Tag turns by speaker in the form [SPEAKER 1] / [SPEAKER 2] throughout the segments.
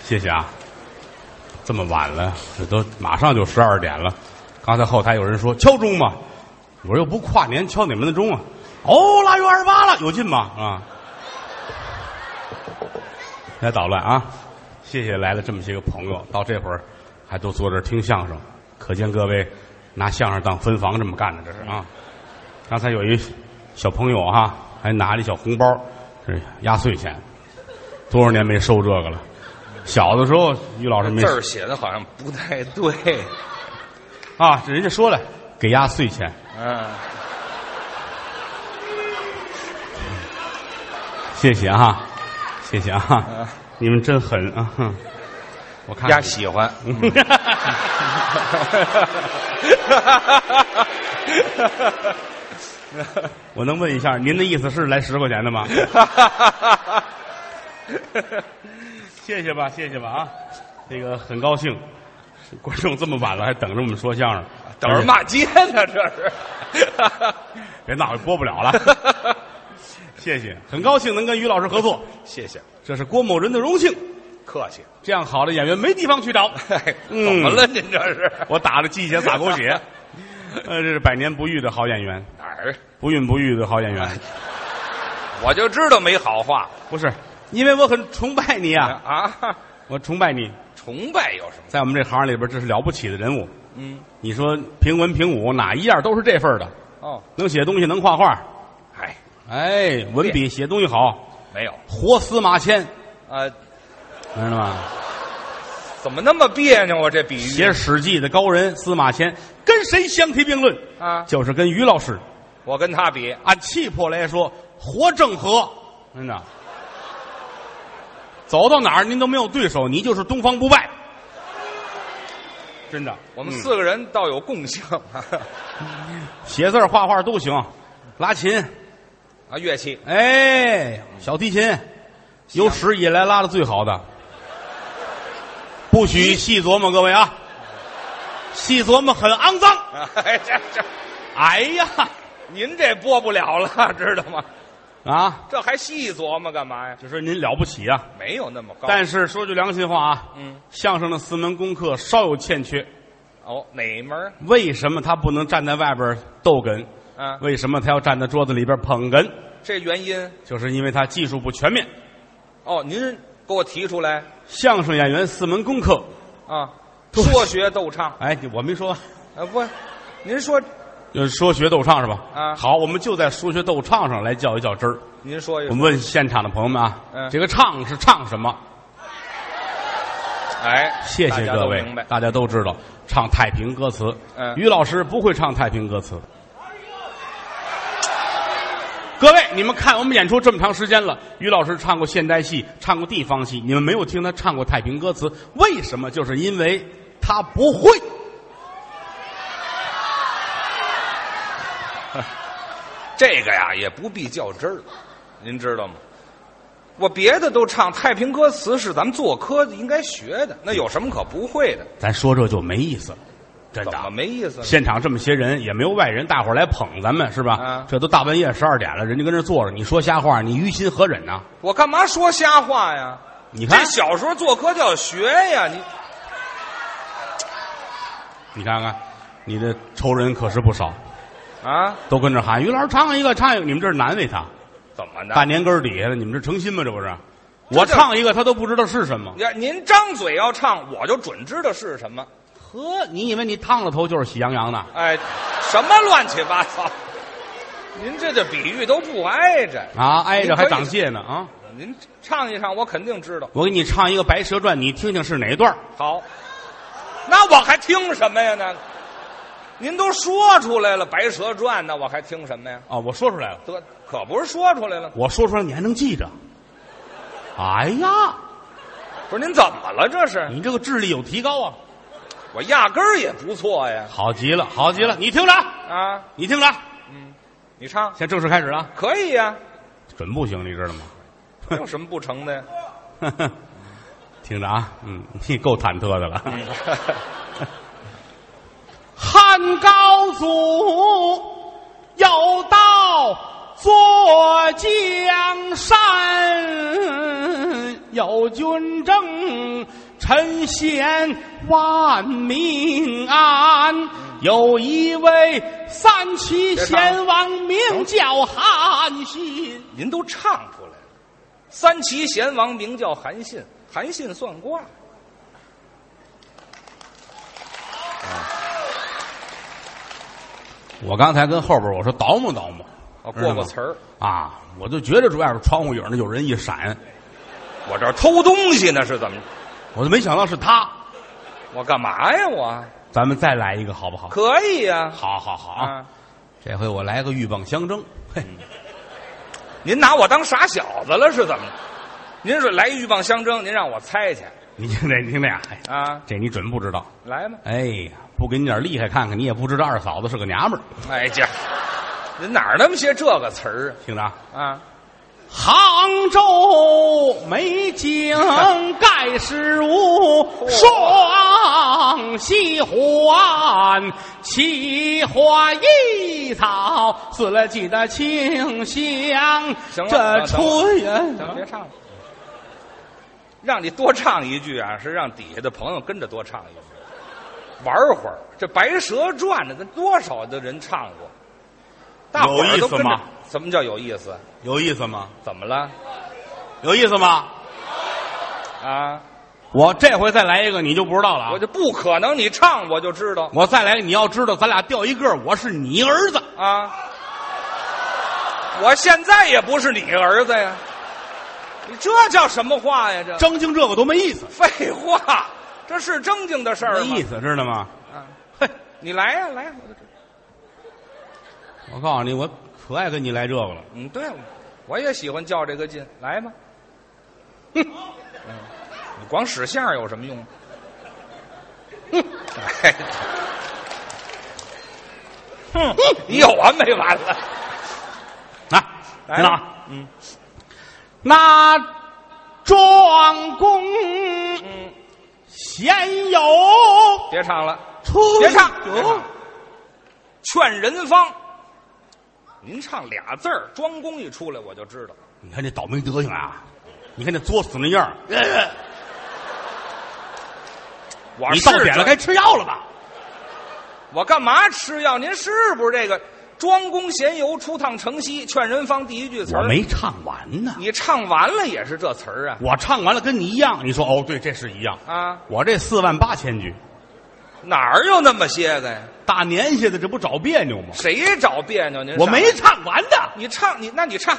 [SPEAKER 1] 谢谢啊。这么晚了，这都马上就十二点了。刚才后台有人说敲钟嘛，我说又不跨年敲哪门的钟啊？哦，腊月二十八了，有劲吗？啊！别捣乱啊！谢谢来了这么些个朋友，到这会儿还都坐这儿听相声，可见各位拿相声当分房这么干的，这是啊。刚才有一小朋友哈、啊，还拿了一小红包，是压岁钱，多少年没收这个了。小的时候，于老师没
[SPEAKER 2] 字儿写的好像不太 对，
[SPEAKER 1] 啊，这人家说了，给压岁钱，
[SPEAKER 2] 嗯，
[SPEAKER 1] 谢谢哈、谢谢啊，
[SPEAKER 2] 嗯
[SPEAKER 1] 你们真狠啊！哼我看
[SPEAKER 2] 丫喜欢，
[SPEAKER 1] 我能问一下，您的意思是来十块钱的吗？ 谢谢吧，谢谢吧啊！这个很高兴，观众这么晚了还等着我们说相声，
[SPEAKER 2] 等着骂街呢，这是。
[SPEAKER 1] 别闹，播不了了。谢谢，很高兴能跟于老师合作，
[SPEAKER 2] 谢谢，
[SPEAKER 1] 这是郭某人的荣幸。
[SPEAKER 2] 客气。
[SPEAKER 1] 这样好的演员没地方去找，
[SPEAKER 2] 哎，
[SPEAKER 1] 嗯
[SPEAKER 2] 怎么了？您这是
[SPEAKER 1] 我打了鸡血撒狗血。呃，这是百年不遇的好演员，
[SPEAKER 2] 哪儿？
[SPEAKER 1] 不孕不育的好演员。
[SPEAKER 2] 哎我就知道没好话
[SPEAKER 1] 不是，因为我很崇拜你啊，
[SPEAKER 2] 啊！
[SPEAKER 1] 我崇拜你，
[SPEAKER 2] 崇拜有什么？
[SPEAKER 1] 在我们这行里边，这是了不起的人物。
[SPEAKER 2] 嗯，
[SPEAKER 1] 你说评文评武哪一样都是这份儿的，
[SPEAKER 2] 哦，
[SPEAKER 1] 能写东西，能画画，
[SPEAKER 2] 哎，
[SPEAKER 1] 哎，文笔写东西好，
[SPEAKER 2] 没有
[SPEAKER 1] 活司马迁，
[SPEAKER 2] 啊，
[SPEAKER 1] 明白吗？
[SPEAKER 2] 怎么那么别扭啊？这比
[SPEAKER 1] 写《
[SPEAKER 2] 喻
[SPEAKER 1] 史记》的高人司马迁，跟谁相提并论？
[SPEAKER 2] 啊，
[SPEAKER 1] 就是跟于老师
[SPEAKER 2] 我跟他比，
[SPEAKER 1] 按气魄来说，活正和，真的。走到哪儿您都没有对手，你就是东方不败，真的。
[SPEAKER 2] 我们四个人倒有共性啊
[SPEAKER 1] 写字儿画画都行，拉琴，
[SPEAKER 2] 啊，乐器
[SPEAKER 1] 哎，小提琴，有史以来拉的最好的。不许细琢磨，各位啊，细琢磨很肮脏。
[SPEAKER 2] 啊，哎这这，
[SPEAKER 1] 哎呀，
[SPEAKER 2] 您这播不了了，知道吗？
[SPEAKER 1] 啊，
[SPEAKER 2] 这还细琢磨干嘛呀？
[SPEAKER 1] 就说您了不起啊！
[SPEAKER 2] 没有那么高。
[SPEAKER 1] 但是说句良心话啊，
[SPEAKER 2] 嗯，
[SPEAKER 1] 相声的四门功课稍有欠缺。
[SPEAKER 2] 哦，哪门儿
[SPEAKER 1] 为什么他不能站在外边逗哏？
[SPEAKER 2] 啊？
[SPEAKER 1] 为什么他要站在桌子里边捧哏？
[SPEAKER 2] 这原因
[SPEAKER 1] 就是因为他技术不全面。
[SPEAKER 2] 哦，您给我提出来
[SPEAKER 1] 相声演员四门功课，
[SPEAKER 2] 啊，
[SPEAKER 1] 对
[SPEAKER 2] 说学逗唱
[SPEAKER 1] 哎，我没说完。
[SPEAKER 2] 啊，不，您说
[SPEAKER 1] 就是说学逗唱是吧？
[SPEAKER 2] 啊
[SPEAKER 1] 好，我们就在说学逗唱上来较一较真儿。
[SPEAKER 2] 您说一
[SPEAKER 1] 我
[SPEAKER 2] 说，
[SPEAKER 1] 们问现场的朋友们啊，
[SPEAKER 2] 嗯
[SPEAKER 1] 这个唱是唱什么？
[SPEAKER 2] 哎，
[SPEAKER 1] 谢
[SPEAKER 2] 大
[SPEAKER 1] 谢
[SPEAKER 2] 家
[SPEAKER 1] 各
[SPEAKER 2] 都
[SPEAKER 1] 位
[SPEAKER 2] 明白，
[SPEAKER 1] 大家都知道唱太平歌词。
[SPEAKER 2] 嗯
[SPEAKER 1] 于老师不会唱太平歌词。各位，你们看我们演出这么长时间了，于老师唱过现代戏，唱过地方戏，你们没有听他唱过太平歌词，为什么？就是因为他不会。
[SPEAKER 2] 这个呀也不必较真儿，您知道吗？我别的都唱，太平歌词是咱们做科应该学的，那有什么可不会的？
[SPEAKER 1] 咱说这就没意思了，真
[SPEAKER 2] 怎
[SPEAKER 1] 的。啊
[SPEAKER 2] 么没意思呢？
[SPEAKER 1] 现场这么些人，也没有外人，大伙儿来捧咱们是吧？
[SPEAKER 2] 啊
[SPEAKER 1] 这都大半夜十二点了，人家跟这坐着，你说瞎话，你于心何忍呐、
[SPEAKER 2] 我干嘛说瞎话呀？
[SPEAKER 1] 你看
[SPEAKER 2] 这，小时候做科就要学呀，你
[SPEAKER 1] 你看看，你的仇人可是不少，
[SPEAKER 2] 啊，
[SPEAKER 1] 都跟着喊于老师唱一个，唱一个，你们这是难为他，
[SPEAKER 2] 怎么
[SPEAKER 1] 大
[SPEAKER 2] 的？
[SPEAKER 1] 年根儿底下的，你们这成心吗？这不是？
[SPEAKER 2] 这
[SPEAKER 1] 我
[SPEAKER 2] 就
[SPEAKER 1] 唱一个，他都不知道是什么。
[SPEAKER 2] 呀，您张嘴要唱，我就准知道是什么。
[SPEAKER 1] 呵，你以为你烫了头就是喜羊羊呢？
[SPEAKER 2] 哎，什么乱七八糟！您这这比喻都不挨着，
[SPEAKER 1] 啊，挨着还
[SPEAKER 2] 你可以
[SPEAKER 1] 长疥呢啊！
[SPEAKER 2] 您唱一唱，我肯定知道。
[SPEAKER 1] 我给你唱一个《白蛇传》，你听听是哪段儿？
[SPEAKER 2] 好，那我还听什么呀？那您都说出来了，《白蛇传》呢，我还听什么呀？
[SPEAKER 1] 啊，我说出来了，
[SPEAKER 2] 得，可不是说出来了吗？
[SPEAKER 1] 我说出来你还能记着？哎呀，
[SPEAKER 2] 不是您怎么了？这是
[SPEAKER 1] 你这个智力有提高啊！
[SPEAKER 2] 我压根儿也不错呀！
[SPEAKER 1] 好极了，好极了！你听着，
[SPEAKER 2] 啊，
[SPEAKER 1] 你听着，
[SPEAKER 2] 你唱
[SPEAKER 1] 现在正式开始啊！
[SPEAKER 2] 可以呀，
[SPEAKER 1] 准不行，你知道吗？
[SPEAKER 2] 有什么不成的呀？
[SPEAKER 1] 听着啊，嗯，你够忐忑的了。
[SPEAKER 2] 嗯
[SPEAKER 1] 汉高祖有道坐江山，有军政，臣贤万民安。有一位三齐贤王，名叫韩信。
[SPEAKER 2] 您都唱出来了。三齐贤王名叫韩信，韩信算卦。啊
[SPEAKER 1] 我刚才跟后边我说倒磨倒磨
[SPEAKER 2] 啊，
[SPEAKER 1] 知道
[SPEAKER 2] 过
[SPEAKER 1] 吗
[SPEAKER 2] 过词儿，
[SPEAKER 1] 啊，我就觉着这外边窗户影儿有人一闪，
[SPEAKER 2] 我这儿偷东西呢是怎么着？
[SPEAKER 1] 我就没想到是他。
[SPEAKER 2] 我干嘛呀我？
[SPEAKER 1] 咱们再来一个好不好？
[SPEAKER 2] 可以呀、
[SPEAKER 1] 好好好
[SPEAKER 2] 啊
[SPEAKER 1] 啊！这回我来个鹬蚌相争，嘿，
[SPEAKER 2] 您拿我当傻小子了是怎么着？您说来鹬蚌相争，您让我猜去
[SPEAKER 1] 你听这，你听这呀，哎
[SPEAKER 2] 啊？
[SPEAKER 1] 这你准不知道。
[SPEAKER 2] 来吧。
[SPEAKER 1] 哎呀，不给你点厉害看看，你也不知道二嫂子是个娘们儿。
[SPEAKER 2] 哎呀，您哪儿那么些这个词儿
[SPEAKER 1] 听着啊，
[SPEAKER 2] 啊？啊，
[SPEAKER 1] 杭州美景盖世无双，西环奇花异草，死了几的清香。
[SPEAKER 2] 行了
[SPEAKER 1] 这春园
[SPEAKER 2] 行，别唱了。让你多唱一句啊，是让底下的朋友跟着多唱一句，玩会儿。这《白蛇传》呢，咱多少的人唱过，大伙儿
[SPEAKER 1] 有
[SPEAKER 2] 都跟
[SPEAKER 1] 意思
[SPEAKER 2] 着
[SPEAKER 1] 吗？
[SPEAKER 2] 什么叫有意思？
[SPEAKER 1] 有意思吗？
[SPEAKER 2] 怎么了？
[SPEAKER 1] 有意思吗？
[SPEAKER 2] 啊，
[SPEAKER 1] 我这回再来一个，你就不知道了啊
[SPEAKER 2] 我！就不可能，你唱我就知道
[SPEAKER 1] 我再来一个，你要知道，咱俩掉一个儿，我是你儿子。
[SPEAKER 2] 啊。我现在也不是你儿子呀，你这叫什么话呀？这
[SPEAKER 1] 争经这个多没意思，
[SPEAKER 2] 废话，这是正经的事儿
[SPEAKER 1] 没
[SPEAKER 2] 吗
[SPEAKER 1] 意？思，知道吗？
[SPEAKER 2] 啊，嘿，你来呀、来呀、我就知
[SPEAKER 1] 我告诉你，我可爱跟你来这个了。
[SPEAKER 2] 嗯，对，我我也喜欢较这个劲，来 吧。哼，嗯，你光使相儿有什么用啊？哼，哎，哼，你 有完没完了？
[SPEAKER 1] 啊，
[SPEAKER 2] 来
[SPEAKER 1] 听着啊，
[SPEAKER 2] 吧，嗯
[SPEAKER 1] 那庄公
[SPEAKER 2] 嗯，
[SPEAKER 1] 鲜有
[SPEAKER 2] 别唱了，
[SPEAKER 1] 出，哎
[SPEAKER 2] 别唱，别唱劝人方。您唱俩字儿，庄公一出来我就知道，
[SPEAKER 1] 你看这倒霉德行啊！你看那作死那样儿，
[SPEAKER 2] 我
[SPEAKER 1] 你
[SPEAKER 2] 是
[SPEAKER 1] 到点了
[SPEAKER 2] 这
[SPEAKER 1] 该吃药了吧？
[SPEAKER 2] 我干嘛吃药？您是不是这个庄公闲游出趟城西，劝人方第一句词儿？
[SPEAKER 1] 我，没唱完呢，
[SPEAKER 2] 你唱完了也是这词儿啊
[SPEAKER 1] 我唱完了跟你一样。你说哦，对，这是一样。
[SPEAKER 2] 啊！
[SPEAKER 1] 我这四万八千句，
[SPEAKER 2] 哪儿有那么些个呀？
[SPEAKER 1] 大年下的这不找别扭吗？
[SPEAKER 2] 谁找别扭？您
[SPEAKER 1] 我
[SPEAKER 2] 上
[SPEAKER 1] 没，唱完呢，
[SPEAKER 2] 你唱你那你唱，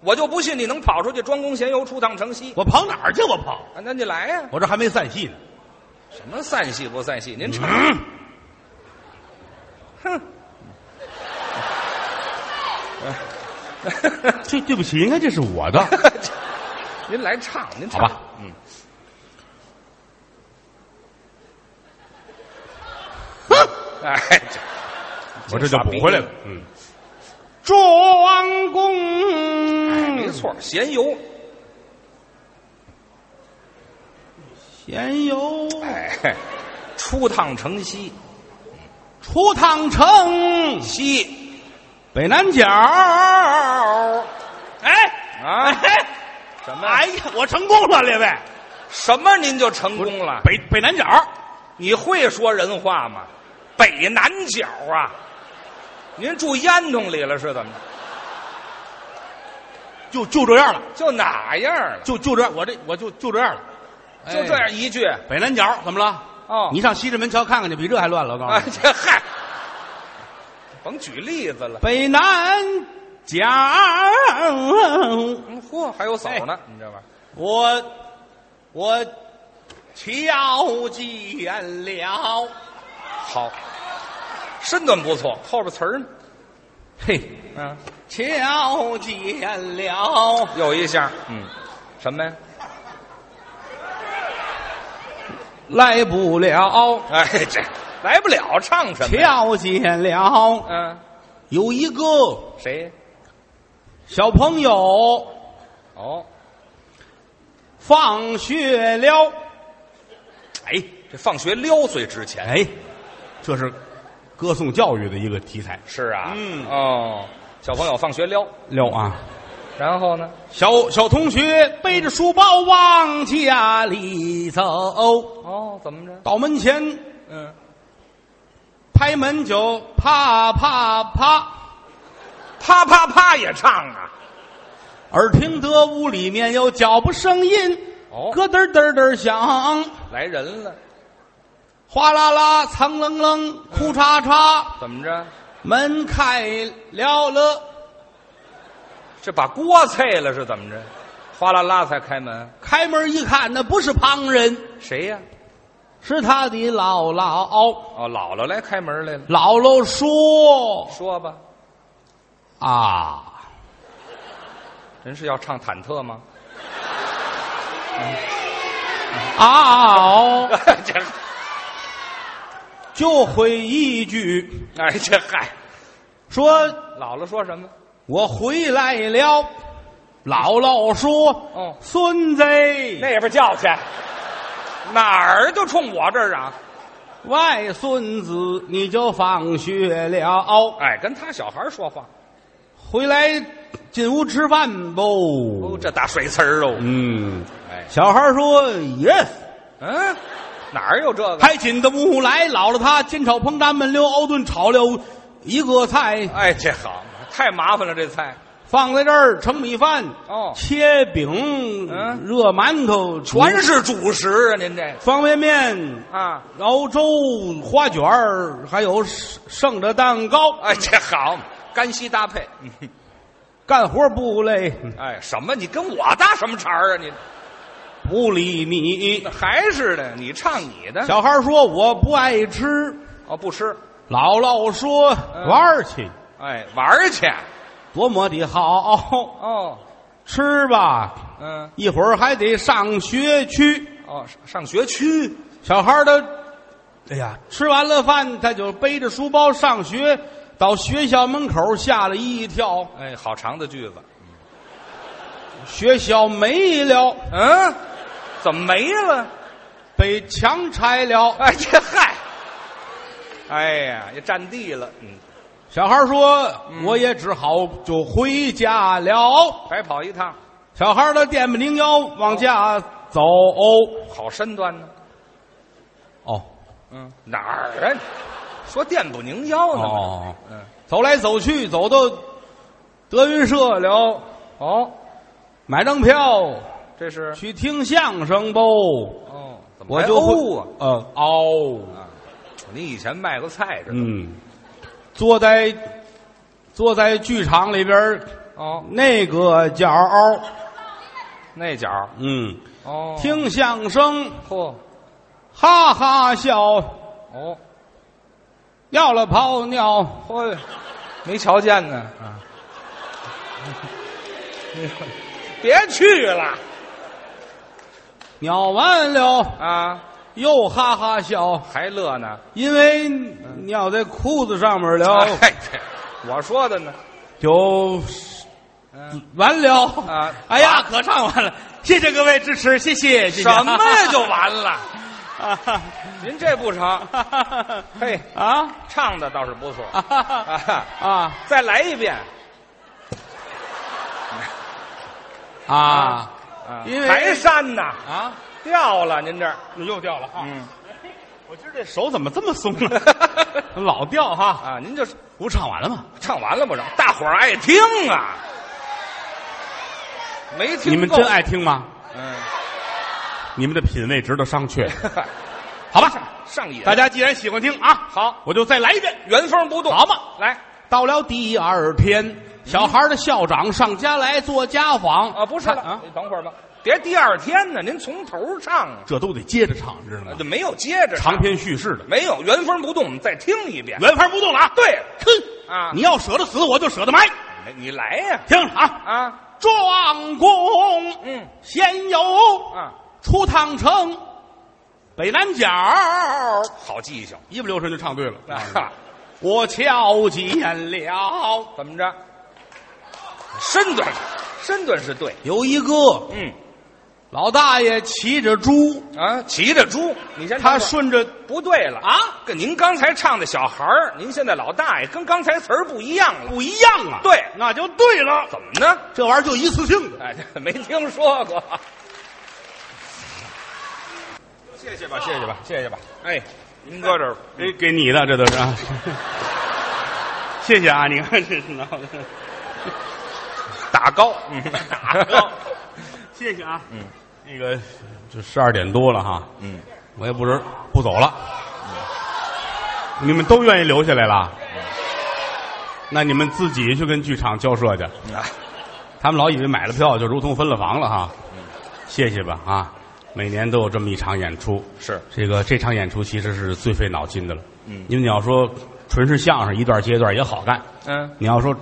[SPEAKER 2] 我就不信你能跑出去。庄公闲游出趟城西，
[SPEAKER 1] 我跑哪儿去？我跑，
[SPEAKER 2] 啊那你来呀、
[SPEAKER 1] 我这还没散戏呢。
[SPEAKER 2] 什么散戏不散戏？您唱，
[SPEAKER 1] 嗯哎 这对不起，应该这是我的。
[SPEAKER 2] 您来唱，您
[SPEAKER 1] 嗯好
[SPEAKER 2] 唱
[SPEAKER 1] 吧，
[SPEAKER 2] 嗯，哎，这
[SPEAKER 1] 我这就补回来了。嗯，庄公，哎
[SPEAKER 2] 没，错，闲游，
[SPEAKER 1] 闲游
[SPEAKER 2] 哎，嘿出趟城西，
[SPEAKER 1] 出趟城
[SPEAKER 2] 西
[SPEAKER 1] 北南角。哎，
[SPEAKER 2] 啊，什么
[SPEAKER 1] 哎呀，我成功了，列位，
[SPEAKER 2] 什么您就成功了？
[SPEAKER 1] 北北南角，
[SPEAKER 2] 你会说人话吗？北南角啊，您住烟囱里了是怎么着？
[SPEAKER 1] 就就这样了，
[SPEAKER 2] 就哪样了？
[SPEAKER 1] 就就这样，我这我就就这样了，
[SPEAKER 2] 就这样一句
[SPEAKER 1] 哎哎。北南角怎么了？
[SPEAKER 2] 哦
[SPEAKER 1] 你上西直门桥看看去，比这还乱了。我告诉
[SPEAKER 2] 啊
[SPEAKER 1] 你，，
[SPEAKER 2] 这嗨，甭举例子了。
[SPEAKER 1] 北南角，
[SPEAKER 2] 嗯，嚯，还有枣呢，你知道吧？
[SPEAKER 1] 我我瞧见了。
[SPEAKER 2] 好，身段不错，后边词儿呢？
[SPEAKER 1] 嘿，
[SPEAKER 2] 嗯、
[SPEAKER 1] 瞧见了，
[SPEAKER 2] 有一下，嗯，什么呀？
[SPEAKER 1] 来不了，
[SPEAKER 2] 哎，这来不了，唱什么呀？
[SPEAKER 1] 瞧见了，
[SPEAKER 2] 嗯、
[SPEAKER 1] 有一个
[SPEAKER 2] 谁？
[SPEAKER 1] 小朋友
[SPEAKER 2] 哦，
[SPEAKER 1] 放学了，哎
[SPEAKER 2] 这放学撩最值钱。
[SPEAKER 1] 哎，这是歌颂教育的一个题材，
[SPEAKER 2] 是啊，
[SPEAKER 1] 嗯
[SPEAKER 2] 哦，小朋友放学撩，
[SPEAKER 1] 溜啊，
[SPEAKER 2] 然后呢？
[SPEAKER 1] 小小同学背着书包往家里走，
[SPEAKER 2] 哦，怎么着？
[SPEAKER 1] 到门前
[SPEAKER 2] 嗯，
[SPEAKER 1] 拍门就啪啪啪，
[SPEAKER 2] 啪啪啪也唱啊！
[SPEAKER 1] 耳听得屋里面有脚步声音，
[SPEAKER 2] 哦，
[SPEAKER 1] 咯噔噔噔响，
[SPEAKER 2] 来人了，
[SPEAKER 1] 哗啦啦，苍楞楞，哭嚓嚓，
[SPEAKER 2] 怎么着？
[SPEAKER 1] 门开了了，
[SPEAKER 2] 这把锅碎了是怎么着？哗啦啦才开门，
[SPEAKER 1] 开门一看，那不是旁人，
[SPEAKER 2] 谁呀、
[SPEAKER 1] 是他的姥姥。
[SPEAKER 2] 哦，姥姥来开门来了，
[SPEAKER 1] 姥姥说
[SPEAKER 2] 说吧，：“
[SPEAKER 1] 啊，
[SPEAKER 2] 人是要唱忐忑吗？
[SPEAKER 1] 啊哦，
[SPEAKER 2] 这，
[SPEAKER 1] 就会一句
[SPEAKER 2] 哎，这嗨，
[SPEAKER 1] 说
[SPEAKER 2] 姥姥说什么？
[SPEAKER 1] 我回来了。”姥姥说
[SPEAKER 2] 哦，：“
[SPEAKER 1] 孙子，
[SPEAKER 2] 那边叫去，哪儿都冲我这儿啊！
[SPEAKER 1] 外孙子你就放学了，
[SPEAKER 2] 哎，跟他小孩说话，
[SPEAKER 1] 回来进屋吃饭不
[SPEAKER 2] 哦，？”这大水词儿哦，
[SPEAKER 1] 嗯，
[SPEAKER 2] 哎，
[SPEAKER 1] 小孩说：“yes。”
[SPEAKER 2] 嗯，哪儿有这个？
[SPEAKER 1] 开紧的木来，老了他煎炒烹炸焖溜熬炖炒溜，一个菜
[SPEAKER 2] 哎，这好，太麻烦了，这菜
[SPEAKER 1] 放在这儿盛米饭，
[SPEAKER 2] 哦，
[SPEAKER 1] 切饼，
[SPEAKER 2] 嗯
[SPEAKER 1] 热馒头，
[SPEAKER 2] 全是主食啊！您这
[SPEAKER 1] 方便面、
[SPEAKER 2] 啊，
[SPEAKER 1] 熬粥、花卷儿，还有剩剩的蛋糕，
[SPEAKER 2] 哎，这好，干稀搭配。嗯
[SPEAKER 1] 干活不累，
[SPEAKER 2] 哎，什么？你跟我搭什么茬儿啊？你
[SPEAKER 1] 不理你。
[SPEAKER 2] 还是的，你唱你的
[SPEAKER 1] 小孩说我不爱吃，
[SPEAKER 2] 哦，不吃，
[SPEAKER 1] 姥姥说
[SPEAKER 2] 嗯
[SPEAKER 1] 玩儿去，
[SPEAKER 2] 哎，玩儿去
[SPEAKER 1] 多么的好，
[SPEAKER 2] 哦，
[SPEAKER 1] 吃吧，
[SPEAKER 2] 嗯，
[SPEAKER 1] 一会儿还得上学去。
[SPEAKER 2] 哦，上学去
[SPEAKER 1] 小孩儿他，哎呀，吃完了饭，他就背着书包上学，到学校门口吓了一跳，
[SPEAKER 2] 哎，好长的句子，
[SPEAKER 1] 学校没了，
[SPEAKER 2] 嗯，怎么没了？
[SPEAKER 1] 被强拆了。
[SPEAKER 2] 哎，这嗨，哎呀，也占地了，嗯，
[SPEAKER 1] 小孩儿说：“我也只好就回家了。
[SPEAKER 2] 白跑一趟，”
[SPEAKER 1] 小孩儿他颠不拧腰往家走。
[SPEAKER 2] 好身段呢，
[SPEAKER 1] 哦
[SPEAKER 2] 嗯，哪儿啊？说电不宁腰呢，
[SPEAKER 1] 哦，
[SPEAKER 2] 嗯，
[SPEAKER 1] 走来走去，走到德云社了，
[SPEAKER 2] 哦，
[SPEAKER 1] 买张票
[SPEAKER 2] 这是
[SPEAKER 1] 去听相声不？
[SPEAKER 2] 哦，怎么
[SPEAKER 1] 我
[SPEAKER 2] 还
[SPEAKER 1] 就
[SPEAKER 2] 欧啊？
[SPEAKER 1] 会呃哦。
[SPEAKER 2] 你以前卖过菜是吧？
[SPEAKER 1] 嗯，坐在坐在剧场里边儿
[SPEAKER 2] 哦，
[SPEAKER 1] 那个角儿，
[SPEAKER 2] 那角儿
[SPEAKER 1] 嗯，
[SPEAKER 2] 哦，
[SPEAKER 1] 听相声
[SPEAKER 2] 嚯，
[SPEAKER 1] 哈哈笑，
[SPEAKER 2] 哦，
[SPEAKER 1] 要了泡尿，
[SPEAKER 2] 嚯，没瞧见呢啊！ 别去了
[SPEAKER 1] 尿完了
[SPEAKER 2] 啊，
[SPEAKER 1] 又哈哈笑，
[SPEAKER 2] 还乐呢？
[SPEAKER 1] 因为尿在裤子上面 了，
[SPEAKER 2] 哎，这我说的呢，
[SPEAKER 1] 就
[SPEAKER 2] 嗯
[SPEAKER 1] 完了
[SPEAKER 2] 啊
[SPEAKER 1] 哎呀，可唱完了，谢谢各位支持，谢谢，谢谢 啊
[SPEAKER 2] 什么呀 就完了？
[SPEAKER 1] 就
[SPEAKER 2] 您这不成，嘿，
[SPEAKER 1] 啊
[SPEAKER 2] 唱的倒是不错
[SPEAKER 1] 啊
[SPEAKER 2] 啊
[SPEAKER 1] 啊
[SPEAKER 2] 哈！
[SPEAKER 1] 啊！
[SPEAKER 2] 再来一遍
[SPEAKER 1] 啊
[SPEAKER 2] 啊！
[SPEAKER 1] 因为
[SPEAKER 2] 还删呐，
[SPEAKER 1] 啊！
[SPEAKER 2] 掉了您这儿，
[SPEAKER 1] 又掉了哈
[SPEAKER 2] 嗯
[SPEAKER 1] 我今儿这手怎么这么松呢？ 老掉哈！
[SPEAKER 2] 啊，您就是
[SPEAKER 1] 不是唱完了吗？
[SPEAKER 2] 唱完了不是？大伙儿爱听啊，没听
[SPEAKER 1] 你们
[SPEAKER 2] 够
[SPEAKER 1] 真爱听吗？
[SPEAKER 2] 嗯，
[SPEAKER 1] 你们的品味值得商榷，好吧？
[SPEAKER 2] 上瘾，
[SPEAKER 1] 大家既然喜欢听啊，
[SPEAKER 2] 好，
[SPEAKER 1] 我就再来一遍。
[SPEAKER 2] 原封不动，
[SPEAKER 1] 好嘛
[SPEAKER 2] 来
[SPEAKER 1] 到了第二天，小孩的校长上家来做家访
[SPEAKER 2] 啊，不是了，
[SPEAKER 1] 啊，
[SPEAKER 2] 你等会儿吧，别第二天呢，您从头唱啊，
[SPEAKER 1] 这都得接着唱，知道吗
[SPEAKER 2] 就？没有接着唱
[SPEAKER 1] 长篇叙事的，
[SPEAKER 2] 没有原封不动，我们再听一遍，
[SPEAKER 1] 原嗯封不动了啊！
[SPEAKER 2] 对
[SPEAKER 1] 哼
[SPEAKER 2] 啊
[SPEAKER 1] 你，要舍得死，我就舍得埋。
[SPEAKER 2] 你你来呀
[SPEAKER 1] 听着啊，
[SPEAKER 2] 啊，
[SPEAKER 1] 庄公
[SPEAKER 2] 嗯
[SPEAKER 1] 先有
[SPEAKER 2] 啊，
[SPEAKER 1] 出趟城，北南角。
[SPEAKER 2] 好记性，
[SPEAKER 1] 一不留神就唱对了。
[SPEAKER 2] 啊哈，
[SPEAKER 1] 我瞧见了，
[SPEAKER 2] 怎么着？身段，身段是对，
[SPEAKER 1] 有一个
[SPEAKER 2] 嗯，
[SPEAKER 1] 老大爷骑着猪，
[SPEAKER 2] 啊，骑着猪，你先
[SPEAKER 1] 他
[SPEAKER 2] 等会儿
[SPEAKER 1] 顺着
[SPEAKER 2] 不对了
[SPEAKER 1] 啊，
[SPEAKER 2] 跟您刚才唱的小孩儿，您现在老大爷，跟刚才词儿不一样了，
[SPEAKER 1] 不一样啊。
[SPEAKER 2] 对
[SPEAKER 1] 那就对了。
[SPEAKER 2] 怎么呢？
[SPEAKER 1] 这玩意儿就一次性的，
[SPEAKER 2] 哎， 这没听说过。谢谢吧，谢谢吧，谢谢吧。哎，您搁这儿，
[SPEAKER 1] 哎，给你的，这都是啊。谢谢啊，你看这是闹的，
[SPEAKER 2] 打高，嗯，
[SPEAKER 1] 打高，谢谢啊。嗯，那个就十二点多了哈，
[SPEAKER 2] 嗯，
[SPEAKER 1] 我也不知不走了。你们都愿意留下来了，那你们自己去跟剧场交涉去。
[SPEAKER 2] 啊，
[SPEAKER 1] 他们老以为买了票就如同分了房了哈。谢谢吧啊！每年都有这么一场演出，
[SPEAKER 2] 是
[SPEAKER 1] 这个这场演出其实是最费脑筋的了。
[SPEAKER 2] 嗯
[SPEAKER 1] 因为你要说纯是相声，一段接一段也好干；
[SPEAKER 2] 嗯，
[SPEAKER 1] 你要说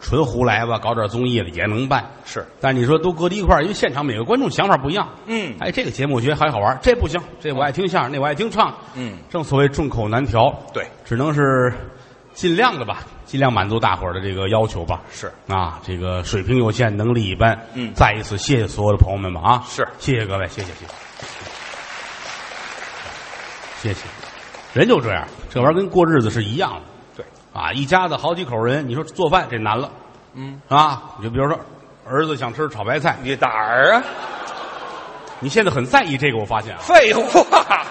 [SPEAKER 1] 纯胡来吧，搞点综艺的也能办。
[SPEAKER 2] 是，
[SPEAKER 1] 但你说都搁在一块儿，因为现场每个观众想法不一样。
[SPEAKER 2] 嗯
[SPEAKER 1] 哎，这个节目我觉得还好玩，这不行，这我爱听相声，那我爱听唱。
[SPEAKER 2] 嗯，
[SPEAKER 1] 正所谓众口难调，
[SPEAKER 2] 对，
[SPEAKER 1] 只能是尽量的吧，尽量满足大伙儿的这个要求吧。
[SPEAKER 2] 是
[SPEAKER 1] 啊，这个水平有限，能力一般。
[SPEAKER 2] 嗯
[SPEAKER 1] 再一次谢谢所有的朋友们吧啊！
[SPEAKER 2] 是
[SPEAKER 1] 谢谢各位，谢谢谢谢，谢谢。人就这样，这玩意儿跟过日子是一样的
[SPEAKER 2] 对，
[SPEAKER 1] 啊！一家子好几口人，你说做饭这难了
[SPEAKER 2] 嗯，
[SPEAKER 1] 啊！你就比如说，儿子想吃炒白菜，
[SPEAKER 2] 你哪儿啊？
[SPEAKER 1] 你现在很在意这个，我发现啊，
[SPEAKER 2] 废话，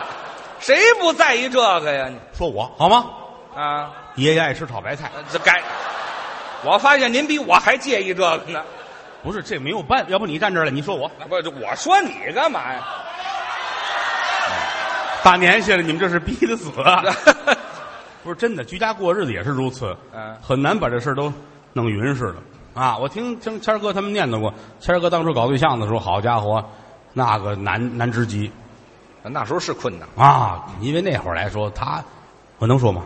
[SPEAKER 2] 谁不在意这个呀？你
[SPEAKER 1] 说我好吗？
[SPEAKER 2] 啊，
[SPEAKER 1] 爷爷爱吃炒白菜，
[SPEAKER 2] 呃这该，我发现您比我还介意这个呢。
[SPEAKER 1] 不是这没有办，要不你站这儿来，你说我
[SPEAKER 2] 不，就我说你干嘛呀？
[SPEAKER 1] 大年纪了，你们这是逼得死啊！不是真的，居家过日子也是如此，
[SPEAKER 2] 嗯
[SPEAKER 1] 很难把这事儿都弄匀似的啊！我听听谦儿哥他们念叨过，谦儿哥当初搞对象的时候，好家伙，那个难难之极
[SPEAKER 2] 那时候是困难，
[SPEAKER 1] 啊！因为那会儿来说，他我能说吗？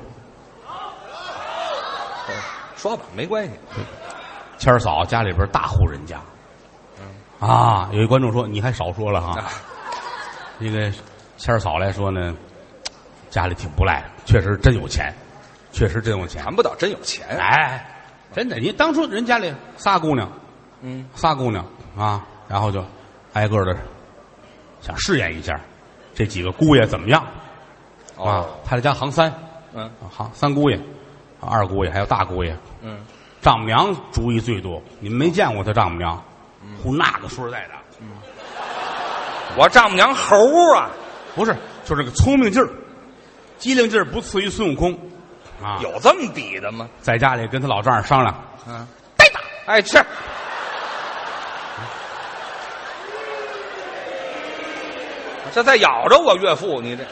[SPEAKER 2] 嗯说吧，没关系。
[SPEAKER 1] 谦儿嫂家里边大户人家，啊，有一观众说你还少说了哈
[SPEAKER 2] 嗯啊，
[SPEAKER 1] 那个谦儿嫂来说呢，家里挺不赖的，确实真有钱，确实真有钱。
[SPEAKER 2] 谈不到真有钱。
[SPEAKER 1] 哎，真的，你当初人家里仨姑娘，
[SPEAKER 2] 嗯，
[SPEAKER 1] 仨姑娘啊，然后就挨个的想试验一下这几个姑爷怎么样啊
[SPEAKER 2] 哦，？
[SPEAKER 1] 他这家行三，啊
[SPEAKER 2] 嗯
[SPEAKER 1] 行三姑爷、二姑爷还有大姑爷，
[SPEAKER 2] 嗯，
[SPEAKER 1] 丈母娘主意最多。你们没见过他丈母娘，
[SPEAKER 2] 嗯
[SPEAKER 1] 胡那个说实在的，
[SPEAKER 2] 我丈母娘猴啊，
[SPEAKER 1] 不是，就是个聪明劲儿、机灵劲儿不次于孙悟空啊。
[SPEAKER 2] 有这么比的吗？
[SPEAKER 1] 在家里跟他老丈人商量，
[SPEAKER 2] 嗯，哎去，嗯这在咬着我岳父，你这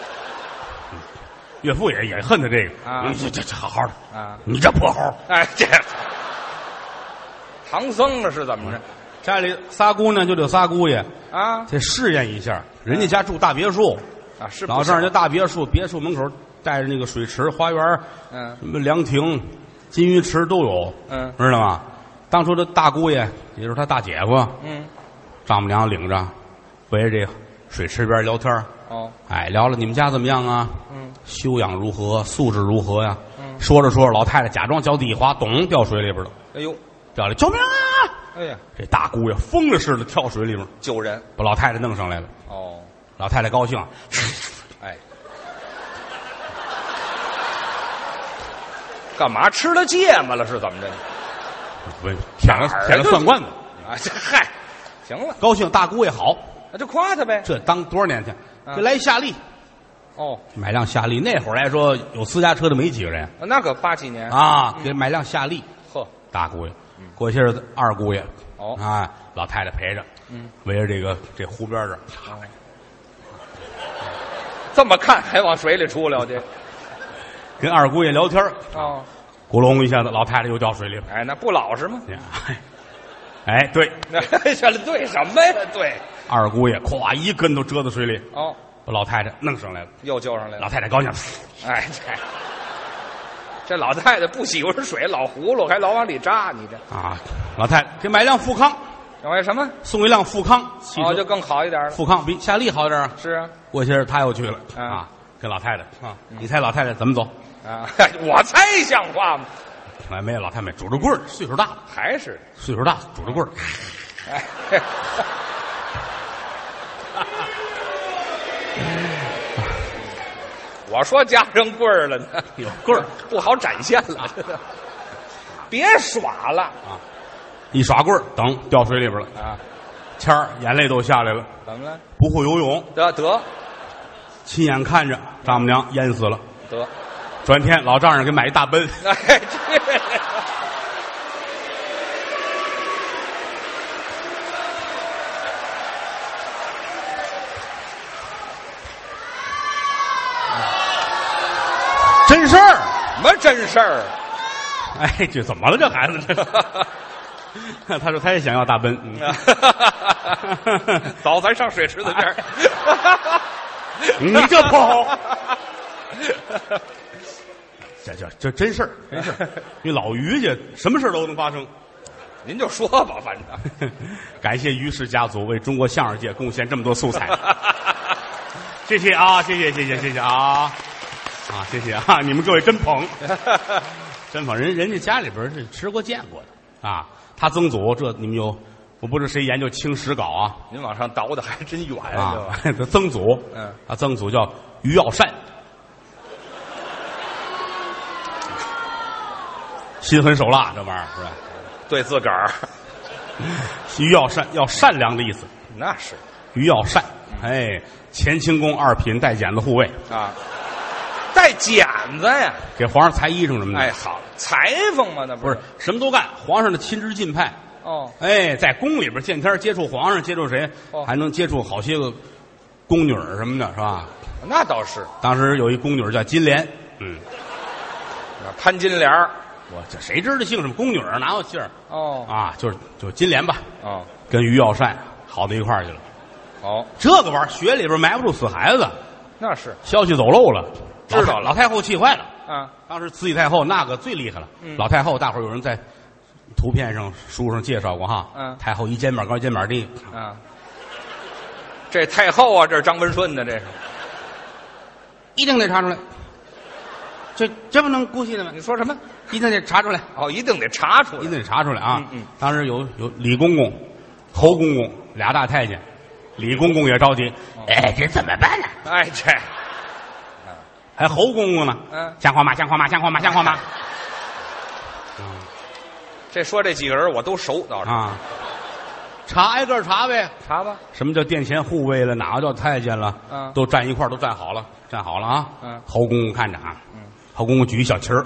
[SPEAKER 1] 岳父也也恨他这个
[SPEAKER 2] 啊
[SPEAKER 1] 嗯这这这好好的，
[SPEAKER 2] 啊，
[SPEAKER 1] 你这破猴。
[SPEAKER 2] 哎这唐僧啊是怎么着
[SPEAKER 1] 家里仨姑娘就得仨姑爷，
[SPEAKER 2] 啊？
[SPEAKER 1] 得试验一下。人家家住大别墅，
[SPEAKER 2] 啊是不
[SPEAKER 1] 老丈人
[SPEAKER 2] 是
[SPEAKER 1] 家大别墅，别墅门口带着那个水池、花园，
[SPEAKER 2] 嗯
[SPEAKER 1] 什么凉亭、金鱼池都有，
[SPEAKER 2] 嗯
[SPEAKER 1] 知道吗？当初这大姑爷，也就是他大姐夫，
[SPEAKER 2] 嗯
[SPEAKER 1] 丈母娘领着，围着这水池边聊天儿
[SPEAKER 2] 哦
[SPEAKER 1] 哎，聊了你们家怎么样啊？
[SPEAKER 2] 嗯
[SPEAKER 1] 修养如何？素质如何呀、说着说着，老太太假装脚底一滑，咚掉水里边了，
[SPEAKER 2] 哎呦
[SPEAKER 1] 掉里救命啊！
[SPEAKER 2] 哎呀
[SPEAKER 1] 这大姑爷疯了似的跳水里边，
[SPEAKER 2] 救人
[SPEAKER 1] 把老太太弄上来了。
[SPEAKER 2] 哦
[SPEAKER 1] 老太太高兴，啊
[SPEAKER 2] 哎。干嘛吃了芥末了？是怎么着？
[SPEAKER 1] 不舔了
[SPEAKER 2] 哪儿啊
[SPEAKER 1] 舔了
[SPEAKER 2] 这
[SPEAKER 1] 蒜罐子，
[SPEAKER 2] 啊，这嗨，行了，
[SPEAKER 1] 高兴。大姑爷好，
[SPEAKER 2] 那就夸他呗。
[SPEAKER 1] 这当多少年去？
[SPEAKER 2] 嗯
[SPEAKER 1] 给来一夏利，
[SPEAKER 2] 哦，
[SPEAKER 1] 买辆夏利。那会儿来说，有私家车的没几个人
[SPEAKER 2] 那可八几年，
[SPEAKER 1] 啊，给买辆夏利。
[SPEAKER 2] 呵，
[SPEAKER 1] 大姑爷，过些日子二姑爷，
[SPEAKER 2] 嗯哦
[SPEAKER 1] 啊，老太太陪着，
[SPEAKER 2] 嗯，
[SPEAKER 1] 围着这个这湖边这儿，
[SPEAKER 2] 这么看还往水里出溜去。
[SPEAKER 1] 跟二姑爷聊天儿
[SPEAKER 2] 哦，
[SPEAKER 1] 咕隆一下子，老太太又掉水里了。
[SPEAKER 2] 哎，那不老实吗？
[SPEAKER 1] 哎哎，对，
[SPEAKER 2] 那这对什么呀？对，
[SPEAKER 1] 二姑爷咵一跟头折到水里，
[SPEAKER 2] 哦，
[SPEAKER 1] 把老太太弄上来了。
[SPEAKER 2] 又救上来
[SPEAKER 1] 老
[SPEAKER 2] 了。
[SPEAKER 1] 太太高兴，
[SPEAKER 2] 哎，这这老太太不喜欢水，老葫芦还老往里扎，你这
[SPEAKER 1] 啊，老太太给买辆富康，
[SPEAKER 2] 因为什么？
[SPEAKER 1] 送一辆富康汽
[SPEAKER 2] 哦，
[SPEAKER 1] 车，
[SPEAKER 2] 就更好一点了。
[SPEAKER 1] 富康比夏利好点儿啊。
[SPEAKER 2] 是啊，
[SPEAKER 1] 过些日他又去了
[SPEAKER 2] 嗯
[SPEAKER 1] 啊，跟老太太啊，你猜老太太怎么走？
[SPEAKER 2] 啊，我猜像话吗？
[SPEAKER 1] 哎，没有，老太太拄着棍儿，岁数大，
[SPEAKER 2] 还是
[SPEAKER 1] 岁数大，拄着棍儿，
[SPEAKER 2] 哎，我说加上棍儿了呢，
[SPEAKER 1] 有棍儿
[SPEAKER 2] 不好展现了，真的别耍了
[SPEAKER 1] 一耍棍儿，等掉水里边了。
[SPEAKER 2] 啊！
[SPEAKER 1] 谦儿眼泪都下来了，
[SPEAKER 2] 怎么了？
[SPEAKER 1] 不会游泳，
[SPEAKER 2] 得得
[SPEAKER 1] 亲眼看着丈母娘淹死了。
[SPEAKER 2] 得，
[SPEAKER 1] 转天老丈人给买一大奔，
[SPEAKER 2] 哎，这
[SPEAKER 1] 真事儿。
[SPEAKER 2] 什么真事 儿？啊
[SPEAKER 1] 哎，这怎么了？这孩子，这 他说他也想要大奔。嗯
[SPEAKER 2] 走，咱上水池子边儿。啊
[SPEAKER 1] 你这不 好。这这这真事儿，真事 儿。你老于家什么事儿都能发 生。
[SPEAKER 2] 您就说吧，反正
[SPEAKER 1] 感谢于氏家族为中国相声界贡献这么多素 材，谢谢啊，谢谢谢谢谢谢啊，啊谢谢啊，你们各位真捧， 真捧人人家家里边是吃过见过的啊，他曾祖这你们有，我不知谁研究清史稿啊
[SPEAKER 2] 您往上倒的还真远，是
[SPEAKER 1] 啊
[SPEAKER 2] 哎吧？，
[SPEAKER 1] 他曾祖，
[SPEAKER 2] 嗯，
[SPEAKER 1] 他曾祖叫于耀善，心狠手辣这玩意儿是吧？
[SPEAKER 2] 对自个儿，
[SPEAKER 1] 于耀善要善良的意思。
[SPEAKER 2] 那是
[SPEAKER 1] 于耀善，
[SPEAKER 2] 嗯
[SPEAKER 1] 哎，乾清宫二品带剪子护卫，
[SPEAKER 2] 啊，带剪子呀！
[SPEAKER 1] 给皇上裁衣裳什么的。
[SPEAKER 2] 哎，，好，裁缝嘛，那
[SPEAKER 1] 不是什么都干，皇上的亲之近派，
[SPEAKER 2] 哦，
[SPEAKER 1] 哎，在宫里边见天儿接触皇上，接触谁，
[SPEAKER 2] 哦
[SPEAKER 1] 还能接触好些个宫女儿什么的，是吧？
[SPEAKER 2] 那倒是
[SPEAKER 1] 当时有一宫女儿叫金莲，嗯，
[SPEAKER 2] 潘金莲儿
[SPEAKER 1] 我这谁知道姓什么宫女儿，哪有姓儿
[SPEAKER 2] 哦
[SPEAKER 1] 啊？就是就是金莲吧，
[SPEAKER 2] 哦
[SPEAKER 1] 跟于耀善好到一块儿去了。
[SPEAKER 2] 哦，
[SPEAKER 1] 这个玩意儿学里边埋不住死孩子，
[SPEAKER 2] 那是
[SPEAKER 1] 消息走漏了，
[SPEAKER 2] 知道了
[SPEAKER 1] 老太老太后气坏了。
[SPEAKER 2] 啊，
[SPEAKER 1] 当时慈禧太后那个最厉害了，
[SPEAKER 2] 嗯
[SPEAKER 1] 老太后，大伙儿有人在图片上、书上介绍过哈。
[SPEAKER 2] 嗯
[SPEAKER 1] 太后一肩膀高，一肩膀低，
[SPEAKER 2] 啊，这太后啊，这是张文顺的，这是
[SPEAKER 1] 一定得查出来，这这不能姑息他们，
[SPEAKER 2] 你说什么？
[SPEAKER 1] 一定得查出来，
[SPEAKER 2] 哦，一定得查出
[SPEAKER 1] 一
[SPEAKER 2] 来
[SPEAKER 1] 定得查出来啊！
[SPEAKER 2] 嗯嗯
[SPEAKER 1] 当时有有李公公、侯公公俩大太监，李公公也着急，
[SPEAKER 2] 哦
[SPEAKER 1] 哎，这怎么办呢？
[SPEAKER 2] 哎，这
[SPEAKER 1] 还侯公公呢？
[SPEAKER 2] 嗯
[SPEAKER 1] 像话吗？像话吗？像话吗？像话吗？
[SPEAKER 2] 这说这几个人我都熟，倒是
[SPEAKER 1] 啊，查挨个儿查呗。
[SPEAKER 2] 啊查吧，
[SPEAKER 1] 什么叫殿前护卫了？哪个叫太监了？
[SPEAKER 2] 嗯
[SPEAKER 1] 都站一块儿，都站好了，站好了啊！
[SPEAKER 2] 嗯
[SPEAKER 1] 侯公公看着啊，侯公公举一小旗儿，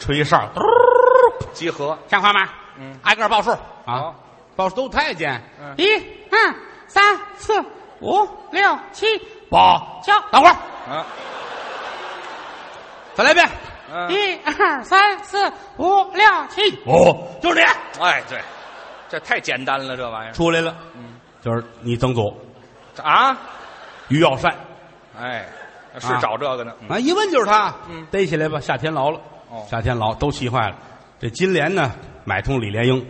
[SPEAKER 1] 吹一哨，嘟儿
[SPEAKER 2] 集合，
[SPEAKER 1] 像话吗？
[SPEAKER 2] 嗯
[SPEAKER 1] 挨个儿报数啊
[SPEAKER 2] 好，
[SPEAKER 1] 报数都太监
[SPEAKER 2] 嗯，
[SPEAKER 3] 一二三四五六七
[SPEAKER 1] 哦报
[SPEAKER 3] 九，
[SPEAKER 1] 等会儿
[SPEAKER 2] 啊，
[SPEAKER 1] 再来一遍，
[SPEAKER 2] 嗯
[SPEAKER 3] 一二三四五六七，
[SPEAKER 1] 哦，就是你
[SPEAKER 2] 哎，对，这太简单了，这玩意
[SPEAKER 1] 出来了，就是你曾祖
[SPEAKER 2] 儿啊，
[SPEAKER 1] 于耀善
[SPEAKER 2] 哎，是
[SPEAKER 1] 啊
[SPEAKER 2] 找这个呢，嗯
[SPEAKER 1] 啊，一问就是他，
[SPEAKER 2] 嗯
[SPEAKER 1] 逮起来吧，下天牢了
[SPEAKER 2] 哦，
[SPEAKER 1] 下天牢都气坏了。这金莲呢，买通李莲英，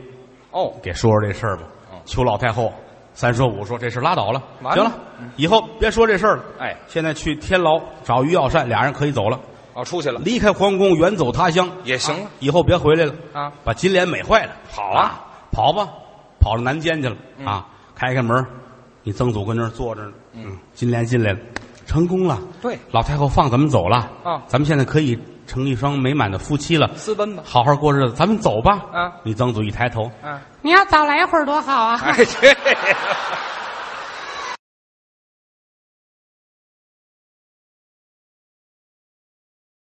[SPEAKER 2] 哦，
[SPEAKER 1] 给说说这事儿吧
[SPEAKER 2] 嗯。
[SPEAKER 1] 求老太后三说五说，这事儿拉倒了，
[SPEAKER 2] 完
[SPEAKER 1] 行
[SPEAKER 2] 了嗯
[SPEAKER 1] 了，以后别说这事儿了。
[SPEAKER 2] 哎，
[SPEAKER 1] 现在去天牢找于耀善，俩人可以走了，
[SPEAKER 2] 哦，出去了
[SPEAKER 1] 离开皇宫，远走他乡
[SPEAKER 2] 也行了
[SPEAKER 1] 啊以后别回来了
[SPEAKER 2] 啊！
[SPEAKER 1] 把金莲美坏了，
[SPEAKER 2] 好啊，嗯
[SPEAKER 1] 跑吧，跑到南监去了啊！开开门，你曾祖跟那儿坐着呢，嗯，金莲进来了，成功了。
[SPEAKER 2] 对
[SPEAKER 1] 老太后放咱们走了
[SPEAKER 2] 啊
[SPEAKER 1] 咱们现在可以成一双美满的夫妻了，
[SPEAKER 2] 私奔吧，
[SPEAKER 1] 好好过日子，咱们走吧。
[SPEAKER 2] 啊
[SPEAKER 1] 你曾祖一抬头，
[SPEAKER 2] 啊，
[SPEAKER 3] 你要早来一会儿多好啊！
[SPEAKER 2] 哎，这